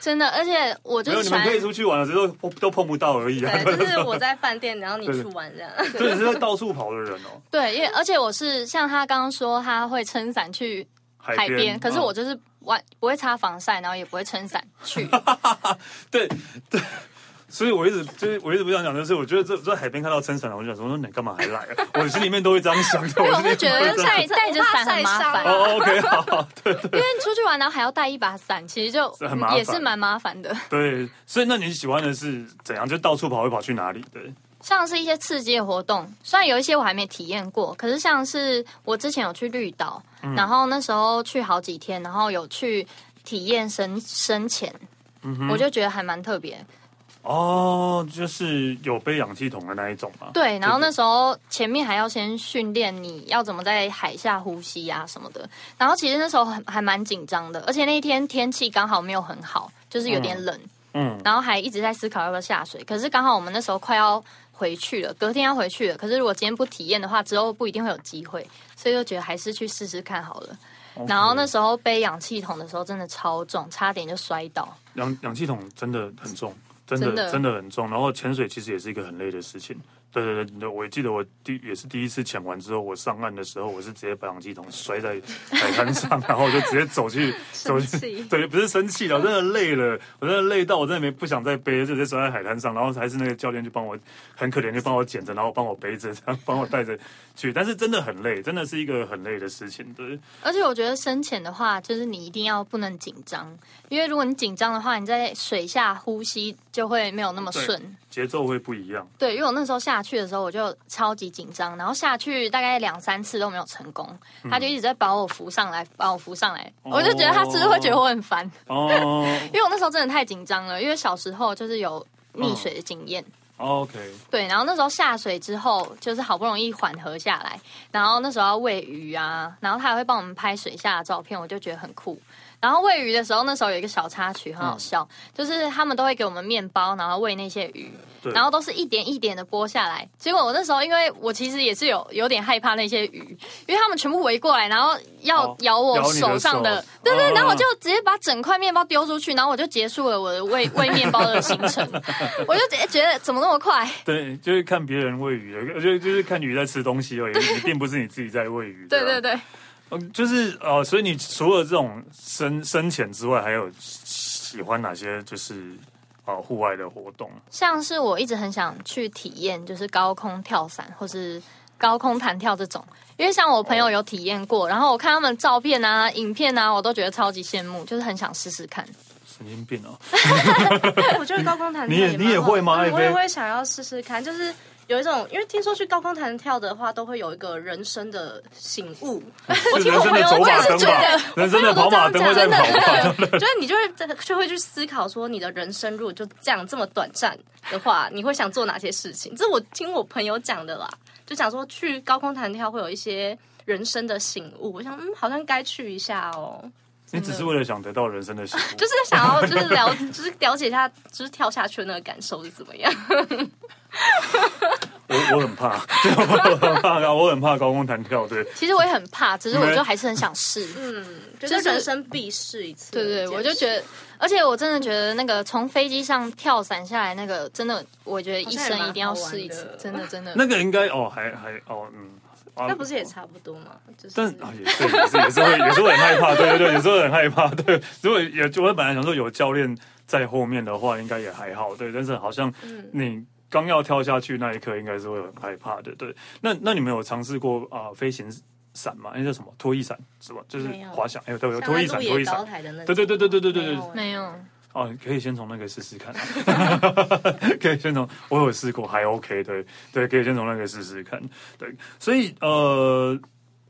Speaker 3: 真的，而且我
Speaker 1: 没
Speaker 3: 就
Speaker 1: 有，
Speaker 3: 是
Speaker 1: 你
Speaker 3: 喜
Speaker 1: 们
Speaker 3: 欢
Speaker 1: 可以出去玩的时候都都碰不到而已啊，
Speaker 2: 对，就是我在饭店，然后你
Speaker 1: 对
Speaker 2: 去
Speaker 1: 对
Speaker 2: 玩这样。
Speaker 1: 真的是在到处跑的人哦，
Speaker 3: 对，因为而且我是像他刚刚说，他会撑伞去
Speaker 1: 海
Speaker 3: 海边，可是我
Speaker 1: 嗯
Speaker 3: 就是完不会擦防晒，然后也不会撑伞去。
Speaker 1: 对对，所以我一直就是我一直不想讲，就是我觉得这在海边看到撑伞的，我就想说，那你干嘛还来啊？我心里面都会这样想的，
Speaker 3: 因为
Speaker 1: 我
Speaker 3: 我
Speaker 1: 心里
Speaker 3: 会
Speaker 1: 面
Speaker 3: 觉
Speaker 1: 会
Speaker 3: 得
Speaker 1: 这样
Speaker 3: 带带着伞很麻
Speaker 2: 我怕晒伤
Speaker 3: 烦，
Speaker 1: 哦，OK，好，好对
Speaker 3: 因为出去玩然后还要带一把伞，其实就是
Speaker 1: 很麻烦
Speaker 3: 也是蛮麻烦的。
Speaker 1: 对，所以那你喜欢的是怎样？就到处跑会跑去哪里？对，
Speaker 3: 像是一些刺激的活动，虽然有一些我还没体验过，可是像是我之前有去绿岛，
Speaker 1: 嗯
Speaker 3: 然后那时候去好几天，然后有去体验深深潜，
Speaker 1: 嗯
Speaker 3: 我就觉得还蛮特别。
Speaker 1: 哦，就是有背氧气筒的那一种嘛，
Speaker 3: 对，然后
Speaker 1: 对
Speaker 3: 那时候前面还要先训练你要怎么在海下呼吸啊什么的，然后其实那时候很还蛮紧张的，而且那一天天气刚好没有很好，就是有点冷，
Speaker 1: 嗯，
Speaker 3: 然后还一直在思考要不要下水。可是刚好我们那时候快要回去了，隔天要回去了。可是如果今天不体验的话，之后不一定会有机会，所以就觉得还是去试试看好了。然后那时候背氧气筒的时候真的超重，差点就摔倒。
Speaker 1: 氧氧气筒真的很重，真的
Speaker 3: 真的
Speaker 1: 真的很重。然后潜水其实也是一个很累的事情。对对对对，我记得我第也是第一次潜完之后，我上岸的时候，我是直接把氧气筒摔在海滩上，然后我就直接走去走
Speaker 2: 生
Speaker 1: 去
Speaker 2: 气，
Speaker 1: 对，不是生气了，我真的累了，我真的累到我真的没不想再背，就直接摔在海滩上，然后还是那个教练就帮我很可怜，就帮我捡着，然后帮我背着，这样帮我带着去，但是真的很累，真的是一个很累的事情，对。
Speaker 3: 而且我觉得深潜的话，就是你一定要不能紧张，因为如果你紧张的话，你在水下呼吸就会没有那么
Speaker 1: 对
Speaker 3: 顺。
Speaker 1: 节奏会不一样，
Speaker 3: 对，因为我那时候下去的时候，我就超级紧张，然后下去大概两三次都没有成功，他就一直在把我扶上来，把我扶上来，我就觉得他是不是会觉得我很烦？
Speaker 1: 哦
Speaker 3: 因为我那时候真的太紧张了，因为小时候就是有溺水的经验。
Speaker 1: ，OK，
Speaker 3: 对，然后那时候下水之后，就是好不容易缓和下来，然后那时候要喂鱼啊，然后他还会帮我们拍水下的照片，我就觉得很酷。然后喂鱼的时候，那时候有一个小插曲，
Speaker 1: 嗯
Speaker 3: 很好笑，就是他们都会给我们面包，然后喂那些鱼，
Speaker 1: 对
Speaker 3: 然后都是一点一点的剥下来。结果我那时候，因为我其实也是有有点害怕那些鱼，因为他们全部围过来，然后要
Speaker 1: 哦
Speaker 3: 咬我
Speaker 1: 咬你的
Speaker 3: 手上的，
Speaker 1: 手
Speaker 3: 对对，
Speaker 1: 哦
Speaker 3: 然后我就直接把整块面包丢出去，然后我就结束了我的喂喂面包的行 程，我就直接觉得怎么那么快。
Speaker 1: 对，就是看别人喂鱼，而且就是看鱼在吃东西而 已，一定不是你自己在喂鱼。
Speaker 3: 对对
Speaker 1: 吧，
Speaker 3: 对，
Speaker 1: 嗯就是呃，所以你除了这种深深潜之外，还有喜欢哪些就是呃户外的活动？
Speaker 3: 像是我一直很想去体验，就是高空跳伞或是高空弹跳这种，因为像我朋友有体验过，然后我看他们照片啊、影片啊，我都觉得超级羡慕，就是很想试试看。
Speaker 1: 神经病哦！
Speaker 2: 哎我觉得高空弹
Speaker 1: 你
Speaker 2: 跳
Speaker 1: 也
Speaker 2: 蛮
Speaker 1: 你也
Speaker 2: 好
Speaker 1: 会吗
Speaker 2: 嗯
Speaker 1: 艾
Speaker 2: 我也
Speaker 1: 菲
Speaker 2: 会想要试试看，就是有一种，因为听说去高空弹跳的话，都会有一是人生的醒悟。 哎我
Speaker 1: 是
Speaker 2: 听
Speaker 1: 人
Speaker 2: 我
Speaker 1: 生的
Speaker 2: 朋友
Speaker 1: 走马灯
Speaker 2: 觉得，
Speaker 1: 吧，人生的跑马灯会在
Speaker 2: 真的
Speaker 1: 跑吧？
Speaker 2: 真的， 就是你就会就会去思考说，你的人生如果就这样这么短暂的话，你会想做哪些事情？这我听我朋友讲的啦，就讲说去高空弹跳会有一些人生的醒悟。我想，嗯，好像该去一下哦。
Speaker 1: 你只是为了想得到人生的幸福，
Speaker 2: 就是想要就是了， 就是了解一下，就是跳下去的那个感受是怎么样。
Speaker 1: 我我很怕， 对我很怕高，我很怕高空弹跳，对，
Speaker 3: 其实我也很怕，只是我就还是很想试。
Speaker 2: 嗯，
Speaker 3: 就
Speaker 2: 就是是人生必试一次。
Speaker 3: 对对，我就觉得，而且我真的觉得那个从飞机上跳伞下来，那个真的，我觉得一生一定要试一次，
Speaker 2: 好
Speaker 3: 真
Speaker 2: 像
Speaker 3: 的真的。
Speaker 1: 那个应该哦，还还哦，嗯，啊
Speaker 2: 那不是也差不多吗？就是
Speaker 1: 但啊，也是也是也是会也是会很害怕，对对对，也是会很害怕，对。如果有我本来想说有教练在后面的话，应该也还好，对。但是好像
Speaker 2: 嗯
Speaker 1: 你刚要跳下去那一刻，应该是会很害怕的，对。那那你们有尝试过啊、飞行伞吗？哎那叫什么脱衣伞是吧？就是
Speaker 2: 没有
Speaker 1: 滑翔，哎、对，有
Speaker 2: 像
Speaker 1: 脱衣伞，
Speaker 2: 在
Speaker 1: 脱
Speaker 2: 鹿
Speaker 1: 衣
Speaker 2: 野高
Speaker 1: 伞。
Speaker 2: 台的那
Speaker 1: 对对对对对对对对
Speaker 2: 没
Speaker 3: 没
Speaker 2: 有
Speaker 3: 有，
Speaker 1: 哦，可以先从那个试试看， 可以先从我有试过，还 OK，对对，可以先从那个试试看，对，所以呃，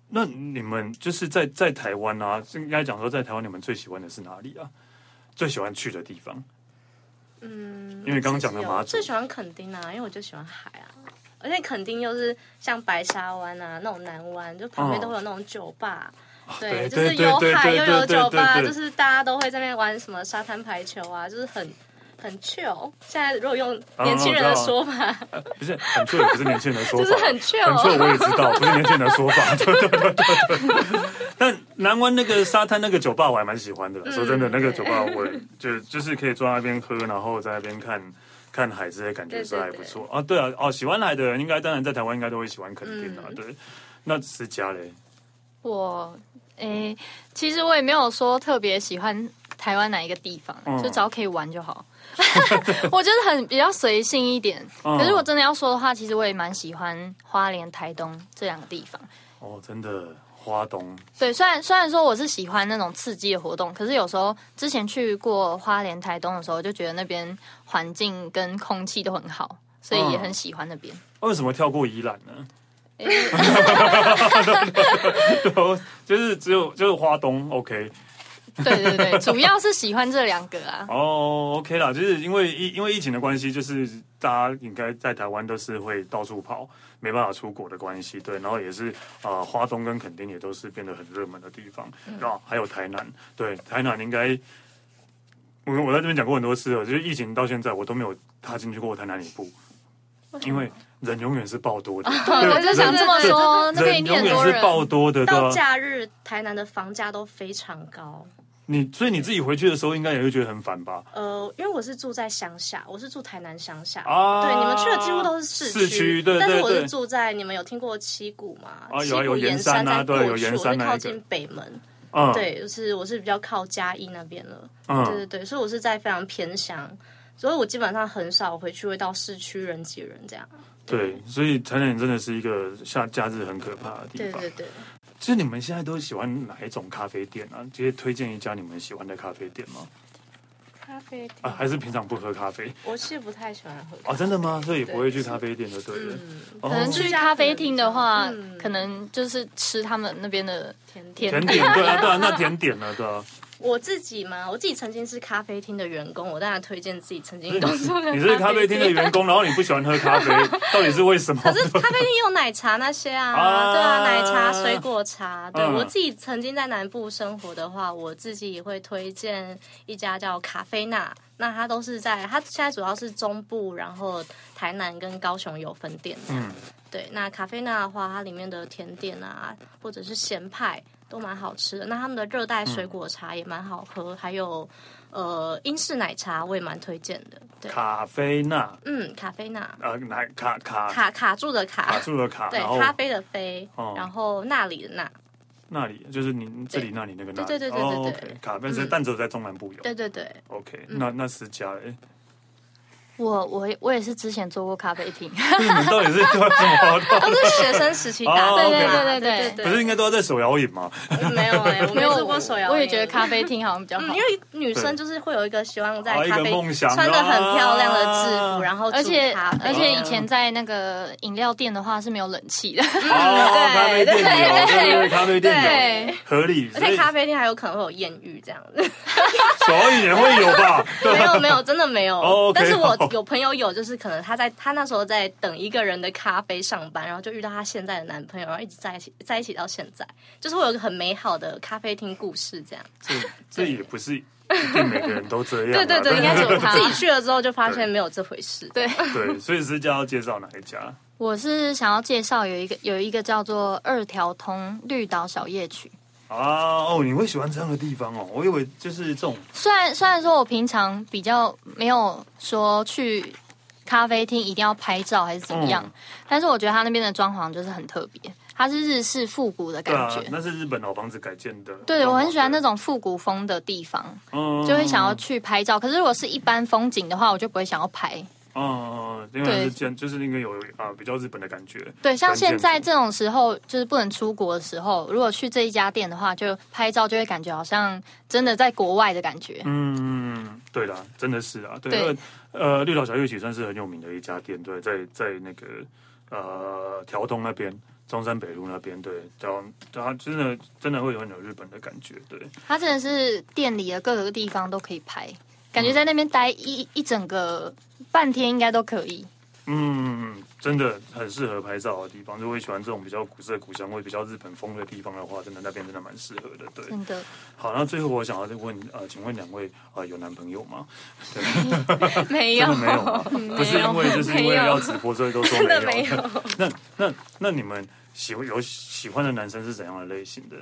Speaker 1: 那你们就是在在台湾啊，应该讲说在台湾你们最喜欢的是哪里啊？最喜欢去的地方，
Speaker 2: 嗯，
Speaker 1: 因为刚刚讲的马
Speaker 2: 我
Speaker 1: 祖
Speaker 2: 最，喜欢垦丁啊，因为我就喜欢海啊。而且垦丁又是像白沙湾啊那种南湾，就旁边都会有那种酒吧，
Speaker 1: 对
Speaker 2: 对，就
Speaker 1: 对
Speaker 2: 是有
Speaker 1: 对
Speaker 2: 海
Speaker 1: 对
Speaker 2: 又
Speaker 1: 对
Speaker 2: 有
Speaker 1: 对
Speaker 2: 酒吧，
Speaker 1: 对对
Speaker 2: 就是大家都会在那边玩什么沙滩排球啊，就是很很 chill。现在如果用年轻人的说法，
Speaker 1: 不是很 确，不是年轻人的说法，啊
Speaker 2: 就是很 chill
Speaker 1: 很确我也知道，不是年轻人的说法，对对对对对。但南湾那个沙滩那个酒吧我还蛮喜欢的啦，说真的，那个酒吧我也就就是可以坐在那边喝，然后在那边看看海这些感觉是还不错啊。对啊，哦，喜欢海的人应该当然在台湾应该都会喜欢垦丁啊，
Speaker 2: 嗯
Speaker 1: 对。那思佳嘞，
Speaker 3: 我诶、其实我也没有说特别喜欢台湾哪一个地方，
Speaker 1: 嗯
Speaker 3: 就只要可以玩就好。 我就是很比较随性一点，
Speaker 1: 嗯
Speaker 3: 可是我真的要说的话，其实我也蛮喜欢花莲、台东这两个地方。
Speaker 1: 哦，真的花东
Speaker 3: 对，虽然虽然说我是喜欢那种刺激的活动，可是有时候之前去过花莲、台东的时候，就觉得那边环境跟空气都很好，所
Speaker 1: 嗯
Speaker 3: 以也很喜欢那边。
Speaker 1: 为什么跳过宜兰呢？
Speaker 3: 诶
Speaker 1: 就是只有就是花东 OK，
Speaker 3: 对 对对，主要是喜欢这两个啊。
Speaker 1: 哦、o k 啦，就是因为疫因为疫情的关系，就是大家应该在台湾都是会到处跑，没办法出国的关系，对，然后也是啊、呃，花东跟垦丁也都是变得很热门的地方，
Speaker 3: 嗯
Speaker 1: 然后还有台南，对，台南应该我我在这边讲过很多次了，就是疫情到现在我都没有踏进去过台南一步，因为人永远是爆多的，对
Speaker 3: 哦我就想这么说，那边一
Speaker 1: 人永
Speaker 3: 定很
Speaker 1: 远
Speaker 3: 多
Speaker 1: 是
Speaker 3: 人。
Speaker 1: 爆多的，对吧、
Speaker 2: 到假日台南的房价都非常高。
Speaker 1: 你所以你自己回去的时候，应该也会觉得很烦吧？
Speaker 2: 呃，因为我是住在乡下，我是住台南乡下。
Speaker 1: 啊
Speaker 2: 对，你们去的几乎都是市
Speaker 1: 市区对
Speaker 2: 但
Speaker 1: 对
Speaker 2: 是我
Speaker 1: 对
Speaker 2: 是住在你们有听过七股吗？
Speaker 1: 啊
Speaker 2: 七
Speaker 1: 有啊
Speaker 2: 股
Speaker 1: 有
Speaker 2: 盐
Speaker 1: 山啊
Speaker 2: 在
Speaker 1: 对啊
Speaker 2: 过去，
Speaker 1: 有盐
Speaker 2: 我
Speaker 1: 山
Speaker 2: 是
Speaker 1: 那一
Speaker 2: 靠
Speaker 1: 个
Speaker 2: 近北门，
Speaker 1: 嗯，，
Speaker 2: 对，就是我是比较靠嘉义那边了。
Speaker 1: 嗯，
Speaker 2: 对对对，所以我是在非常偏乡，所以我基本上很少回去会到市区人挤人这样。
Speaker 1: 对，所以台南真的是一个夏假日很可怕的地
Speaker 2: 对
Speaker 1: 方。
Speaker 2: 对对，
Speaker 1: 其实你们现在都喜欢哪一种咖啡店啊？直接推荐一家你们喜欢的咖啡店吗？
Speaker 2: 咖啡
Speaker 1: 啊，
Speaker 2: 店，
Speaker 1: 还是平常不喝咖啡
Speaker 2: 我是不太喜欢喝
Speaker 1: 啊？
Speaker 2: 咖啡。
Speaker 1: 真的吗？所以也不会去咖啡店就对了。哦
Speaker 3: 可能去咖啡厅的话，
Speaker 2: 嗯
Speaker 3: 可能就是吃他们那边的
Speaker 2: 甜点
Speaker 3: 甜
Speaker 1: 甜点，对啊，对啊，那甜点呢？对 啊，
Speaker 2: 我自己嘛，我自己曾经是咖啡厅的员工，我当然推荐自己曾经
Speaker 1: 你
Speaker 2: 工
Speaker 1: 是
Speaker 2: 作的
Speaker 1: 你是咖啡厅的员工，然后你不喜欢喝咖啡，到底是为什么？
Speaker 2: 可是咖啡厅也有奶茶那些啊，
Speaker 1: 啊
Speaker 2: 对啊，奶茶、水果茶。对、
Speaker 1: 嗯
Speaker 2: 我自己曾经在南部生活的话，我自己也会推荐一家叫卡菲娜。那它都是在，它现在主要是中部，然后台南跟高雄有分店这样。
Speaker 1: 嗯
Speaker 2: 对，那卡菲娜的话，它里面的甜点啊，或者是咸派都蛮好吃的。那他们的热带水果茶也蛮好喝，还有呃英式奶茶我也蛮推荐的。对，
Speaker 1: 咖啡那
Speaker 2: 嗯，卡菲娜
Speaker 1: 呃，哪卡卡
Speaker 2: 卡卡住的
Speaker 1: 卡住了卡，
Speaker 2: 对
Speaker 1: 然，后
Speaker 2: 咖啡的啡，
Speaker 1: 哦
Speaker 2: 然后那里的那，
Speaker 1: 那里就是你这里那里那个那里，
Speaker 2: 对对对对
Speaker 1: 哦
Speaker 2: 对
Speaker 1: OK，卡，但是但只有在中南部有。
Speaker 2: 对嗯对对，
Speaker 1: OK，那那十家嘞。
Speaker 3: 我我我也是之前做过咖啡厅，
Speaker 1: 你们到底是做什么活
Speaker 2: 哦都
Speaker 1: 动？
Speaker 2: 是学生时期打
Speaker 1: 哦
Speaker 2: 的嘛，
Speaker 1: 对
Speaker 3: 对对对
Speaker 2: 对
Speaker 3: 对
Speaker 1: 不是应该都要在手摇饮吗？
Speaker 2: 该没有 哎，我没有做过手摇，
Speaker 3: 我也觉得。咖啡厅好像比较
Speaker 2: 嗯，
Speaker 3: 好
Speaker 2: 因。为女生就是会有一个希望在
Speaker 1: 哦一个
Speaker 2: 咖啡
Speaker 1: 梦想
Speaker 2: 穿的很漂亮的制
Speaker 1: 啊
Speaker 2: 服，然后煮
Speaker 3: 而且
Speaker 2: 咖啡
Speaker 3: 而且以前在那个饮料店的话是没有冷气的，
Speaker 1: 哦，咖啡店有，对对对，咖啡店有
Speaker 3: 对，
Speaker 1: 合理。
Speaker 2: 而
Speaker 1: 所
Speaker 2: 且
Speaker 1: 以
Speaker 2: 咖啡厅还有可能会有 艳遇这样子，
Speaker 1: 手摇饮也会有吧？
Speaker 2: 没有没有，真的没有。
Speaker 1: 哦，OK，
Speaker 2: 但是我有朋友有，就是可能她在她那时候在等一个人的咖啡上班，然后就遇到她现在的男朋友，然后一直在一起，在一起到现在，就是会有一个很美好的咖啡厅故事这样。
Speaker 1: 这这也不是一定每个人都这样啊、
Speaker 2: 对对对，
Speaker 1: 但
Speaker 3: 应该只 有她
Speaker 2: 自己去了之后就发现没有这回事。
Speaker 3: 对，
Speaker 1: 对，所以是这样要介绍哪一家？
Speaker 3: 我是想要介绍有一个有一个叫做二条通绿岛小夜曲。
Speaker 1: 啊哦，你会喜欢这样的地方哦？我以为就是这种
Speaker 3: 虽然虽然说我平常比较没有说去咖啡厅一定要拍照还是怎么样，
Speaker 1: 嗯
Speaker 3: 但是我觉得它那边的装潢就是很特别，它是日式复古的
Speaker 1: 对
Speaker 3: 感
Speaker 1: 啊
Speaker 3: 觉。，
Speaker 1: 那是日本老房子改建的。
Speaker 3: 对，我很喜欢那
Speaker 1: 种，
Speaker 3: 种复古风的地方，
Speaker 1: 哦嗯
Speaker 3: 就会想要，去拍照。可是如果是一般风景的话，我就不会想要拍。
Speaker 1: 嗯嗯，嗯因为
Speaker 3: 对
Speaker 1: 是建，就是那个有啊比较日本的感觉。
Speaker 3: 对，像
Speaker 1: 关键
Speaker 3: 现在
Speaker 1: 字
Speaker 3: 这种时候，就是不能出国的时候，如果去这一家店的话，就拍照就会感觉好像真的在国外的感觉。
Speaker 1: 嗯，对啦，真的是啊，对，
Speaker 3: 对
Speaker 1: 因为呃，绿岛小夜曲算是很有名的一家店，对，在在那个呃条通那边。中山北路那边，对，然后它真的真的会有很有日本的感觉，对，
Speaker 3: 它真的是店里的各个地方都可以拍，感
Speaker 1: 嗯
Speaker 3: 觉在那边待一一整个半天应该都可以。
Speaker 1: 嗯，真的很适合拍照的地方。如果喜欢这种比较古色古香味、比较日本风的地方的话，真的那边真的蛮适合的，对。
Speaker 3: 真的，
Speaker 1: 好，那最后我想要再问，呃，请问两位呃有男朋友吗？真的，
Speaker 2: 没有
Speaker 1: 没有 吗？不是因为就是因为要直播，所以都说
Speaker 2: 真的
Speaker 1: 没
Speaker 2: 没
Speaker 1: 有。
Speaker 2: 有。
Speaker 1: 那那那你们喜欢有喜欢的男生是怎样的类型的？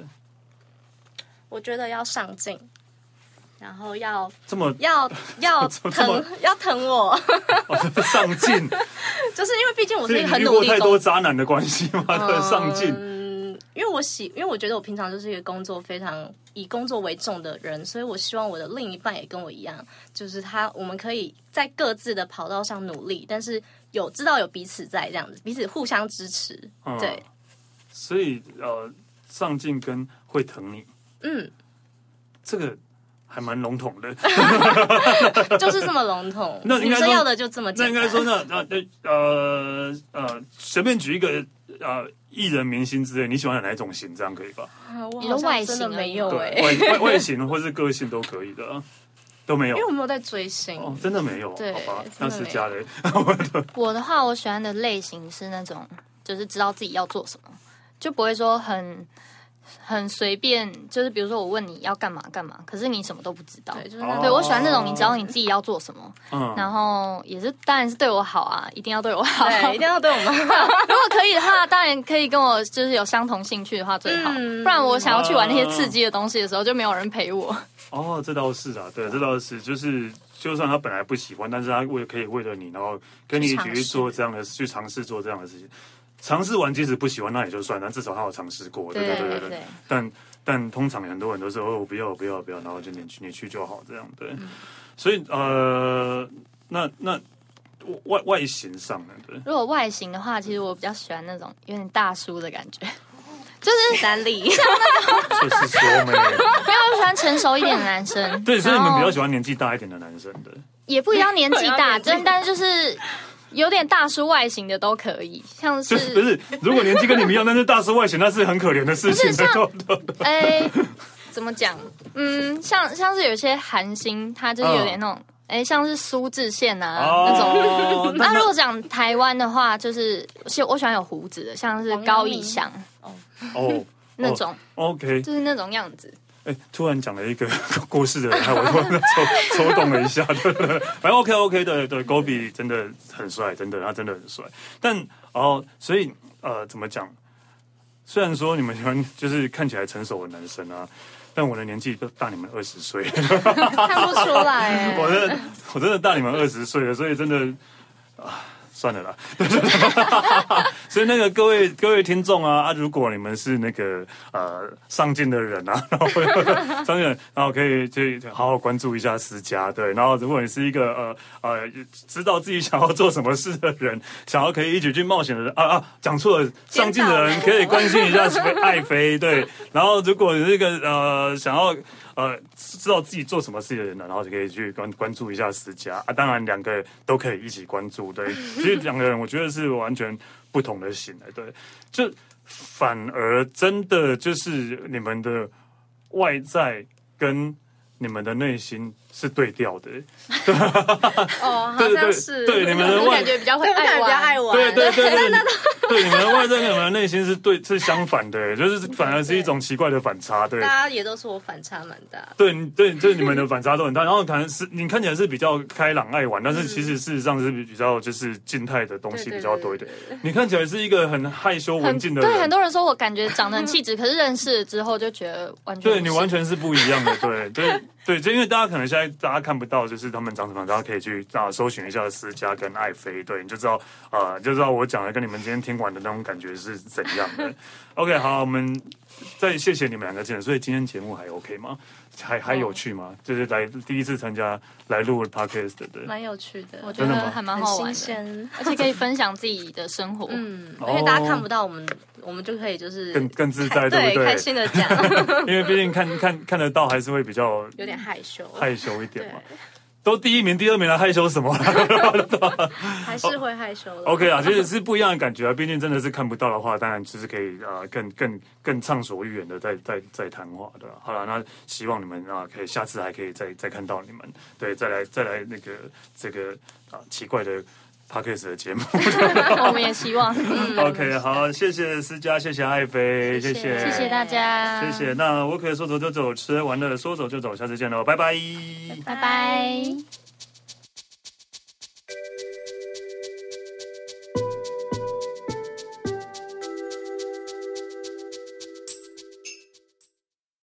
Speaker 2: 我觉得要上进，然后要
Speaker 1: 这么
Speaker 2: 要要
Speaker 1: 怎么这么
Speaker 2: 疼要疼我，
Speaker 1: 哦上进，
Speaker 2: 就是因为毕竟 我
Speaker 1: 所
Speaker 2: 是一
Speaker 1: 以你
Speaker 2: 个很
Speaker 1: 遇
Speaker 2: 努
Speaker 1: 过
Speaker 2: 力
Speaker 1: 太
Speaker 2: 工
Speaker 1: 多渣男的关系吗？ 很上进，
Speaker 2: 嗯，因为我喜，因为我觉得我平常就是一个工作非常以工作为重的人，所以我希望我的另一半也跟我一样，就是他我们可以在各自的跑道上努力，但是有知道有彼此在这样子，彼此互相支 持。
Speaker 1: 嗯
Speaker 2: 对，
Speaker 1: 所以呃，上进跟会疼你
Speaker 2: 嗯，
Speaker 1: 这个还蛮笼统 的。
Speaker 2: 就是这么笼统。
Speaker 1: 那应
Speaker 2: 女
Speaker 1: 该
Speaker 2: 生
Speaker 1: 说
Speaker 2: 要的就这么
Speaker 1: 那
Speaker 2: 简
Speaker 1: 应
Speaker 2: 单。
Speaker 1: 该说那那那呃呃，随便举一个呃艺人、明星之类，你喜欢的哪一种型，这样可以吧？
Speaker 2: 啊我
Speaker 3: 你
Speaker 2: 好
Speaker 3: 说
Speaker 2: 像
Speaker 3: 外
Speaker 2: 真
Speaker 3: 形
Speaker 2: 的
Speaker 3: 而
Speaker 2: 没
Speaker 3: 已
Speaker 2: 有
Speaker 1: 对
Speaker 2: 哎、
Speaker 1: 外外外形或是个性都可以的啊，都没有
Speaker 2: 因为。我没有在追星。
Speaker 1: 哦，真的没有，
Speaker 2: 对
Speaker 1: 好吧，那
Speaker 2: 真的
Speaker 1: 是
Speaker 2: 没有
Speaker 1: 家人。
Speaker 3: 我的话，我喜欢的类型是那种就是知道自己要做什么，就不会说很很随便。就是比如说我问你要干嘛干嘛，可是你什么都不知道。
Speaker 2: 对，就是
Speaker 1: 哦
Speaker 2: 那
Speaker 3: 对
Speaker 2: 种
Speaker 3: 我喜欢那种你知道你自己要做什么，
Speaker 1: 嗯，
Speaker 3: 然后也是当然是对我好 啊，一定要对 我好。
Speaker 2: 对，一定要对我 们好。
Speaker 3: 如果可以的话，当然可以跟我就是有相同兴趣的话最好，
Speaker 2: 嗯
Speaker 3: 不然我想要去玩那些刺激的东西的时候，就没有人 陪我。
Speaker 1: 哦，这倒是啊，对，这倒是，就是就算他本来不喜欢，但是他为可以为了你，然后跟你一起
Speaker 3: 去尝
Speaker 1: 去
Speaker 3: 试
Speaker 1: 做这样的，去尝试做这样的事情。尝试完即使不喜欢，那也就算，但至少他有尝试过，对
Speaker 3: 对
Speaker 1: 对
Speaker 3: 对
Speaker 1: 对
Speaker 3: 对。
Speaker 1: 但但通常很多人都是哦，我不要我不要我不要，然后就你去你去就好这样，对。
Speaker 2: 嗯
Speaker 1: 所以呃，那那外外形上呢，对。
Speaker 3: 如果外形的话，其实我比较喜欢那种有点大叔的感觉，
Speaker 2: 三 立
Speaker 1: 就是说没有。
Speaker 3: 没有我喜欢成熟一点的男 生。
Speaker 1: 对，所以你们
Speaker 3: 然后
Speaker 1: 比较喜欢年纪大一点的男生的。
Speaker 3: 也不一定要年 纪
Speaker 2: 不要
Speaker 3: 大，
Speaker 1: 啊
Speaker 2: 年纪
Speaker 3: 真但就是有点大叔外形的都可以，像
Speaker 1: 就是是不是，如果年纪跟你们一样，但是大叔外显，那是很可怜的事情
Speaker 3: 不是像
Speaker 1: 的。
Speaker 3: 哎、怎么讲？嗯，像像是有些韩星，他就是有点那种，哎、像是苏志燮啊、 那种。
Speaker 1: 嗯哦， 那
Speaker 3: 那如
Speaker 1: 那
Speaker 3: 果讲台湾的话，就是其实我喜欢有胡子的，像是高以翔
Speaker 1: 哦
Speaker 3: 那种，
Speaker 1: OK，
Speaker 3: 就是那种样子。
Speaker 1: 哎，突然讲了一个过世的人，害我突然抽抽动了一下。 对对对反正 OK OK，对对，Gobi 真的很帅，真的他真的很帅。但哦，所以呃，怎么讲？虽然说你们喜欢就是看起来成熟的男生啊，但我的年纪都大你们二十岁。
Speaker 2: 看不出来、
Speaker 1: 我
Speaker 2: 欸，
Speaker 1: 真的，我真的大你们二十岁了，所以真的啊，算了啦。 所以那个各位各位听众啊啊，如果你们是那个呃上进的人啊，然后上进的人，然后可以去好好关注一下私家对。然后如果你是一个呃呃知道自己想要做什么事的人， 想要可以一起去冒险的人啊啊，讲错了，上进的人
Speaker 2: 颠倒
Speaker 1: 可
Speaker 2: 了
Speaker 1: 以关心一下爱妃对。然后如果你是一个呃想要。呃，知道自己做什么事的人呢，然后就可以去关关注一下私家啊。当然，两个都可以一起关注，对。其实两个人，我觉得是完全不同的型的，对。就反而真的就是你们的外在跟你们的内心是对调的、
Speaker 4: 哦，好
Speaker 1: 对
Speaker 4: 像
Speaker 1: 对
Speaker 4: 是
Speaker 1: 对你们的
Speaker 4: 我
Speaker 1: 外
Speaker 4: 感觉比较会
Speaker 2: 对，我感
Speaker 4: 爱
Speaker 2: 觉比较
Speaker 4: 玩，
Speaker 2: 爱玩，
Speaker 1: 对对对 对对，对你们的外在跟你们的内心是对 是相反的、就是反而是一种奇怪的反差，对
Speaker 2: 大。家也都说我反差蛮大。
Speaker 1: 对，你对，就是你们的反差都很大，然后可能是你看起来是比较开朗爱玩，但
Speaker 4: 嗯
Speaker 1: 是其实事实上是比较就是静态的东西比较多一点。你看起来是一个很害羞文
Speaker 3: 很
Speaker 1: 静的
Speaker 3: 对很
Speaker 1: 人，
Speaker 3: 多人说我感觉长得很气质，可是认识了之后就觉得完全
Speaker 1: 对
Speaker 3: 不
Speaker 1: 你
Speaker 3: 是
Speaker 1: 完全是不一样的。对 对对，就因为大家可能现在大家看不到，就是他们长什么样，大家可以去啊搜寻一下思佳跟爱妃，对，你就知道呃，就知道我讲的跟你们今天听完的那种感觉是怎样 的。OK，好，我们再谢谢你们两个真的，所以今天节目还 OK 吗？还还有趣吗？就是来第一次参加来录 podcast 的， 对。
Speaker 2: 蛮有趣的，
Speaker 3: 我觉
Speaker 1: 真的
Speaker 3: 得
Speaker 1: 吗
Speaker 3: 还蛮
Speaker 2: 很
Speaker 3: 好
Speaker 2: 新
Speaker 3: 玩的，
Speaker 2: 鲜。
Speaker 3: 而且可以分享自己的生活。
Speaker 2: 嗯，因为大家看不到我们，我们就可以就是
Speaker 1: 更更自 在，对
Speaker 2: 对
Speaker 1: 不对
Speaker 2: 开？心的 讲，
Speaker 1: 因为毕竟看看看得到，还是会比较
Speaker 4: 有点害羞。
Speaker 1: 害羞一点 嘛。都第一名、第二名了，害羞什么啦
Speaker 2: 还是会害羞的。
Speaker 1: ？OK 啊，其实是不一样的感觉啊。毕竟真的是看不到的话，当然就是可以呃更更更畅所欲言的在在在谈话的。好了，那希望你们啊、可以下次还可以再再看到你们，对，再来再来那个这个啊、奇怪的 podcast 的节目。
Speaker 3: 我们也 希望，
Speaker 1: OK，好，谢谢思佳，谢谢爱妃，谢谢
Speaker 3: 谢谢大家，
Speaker 1: 谢，谢。那我可以说走就走，吃完了说走就走，下次见喽，拜拜
Speaker 3: 拜拜。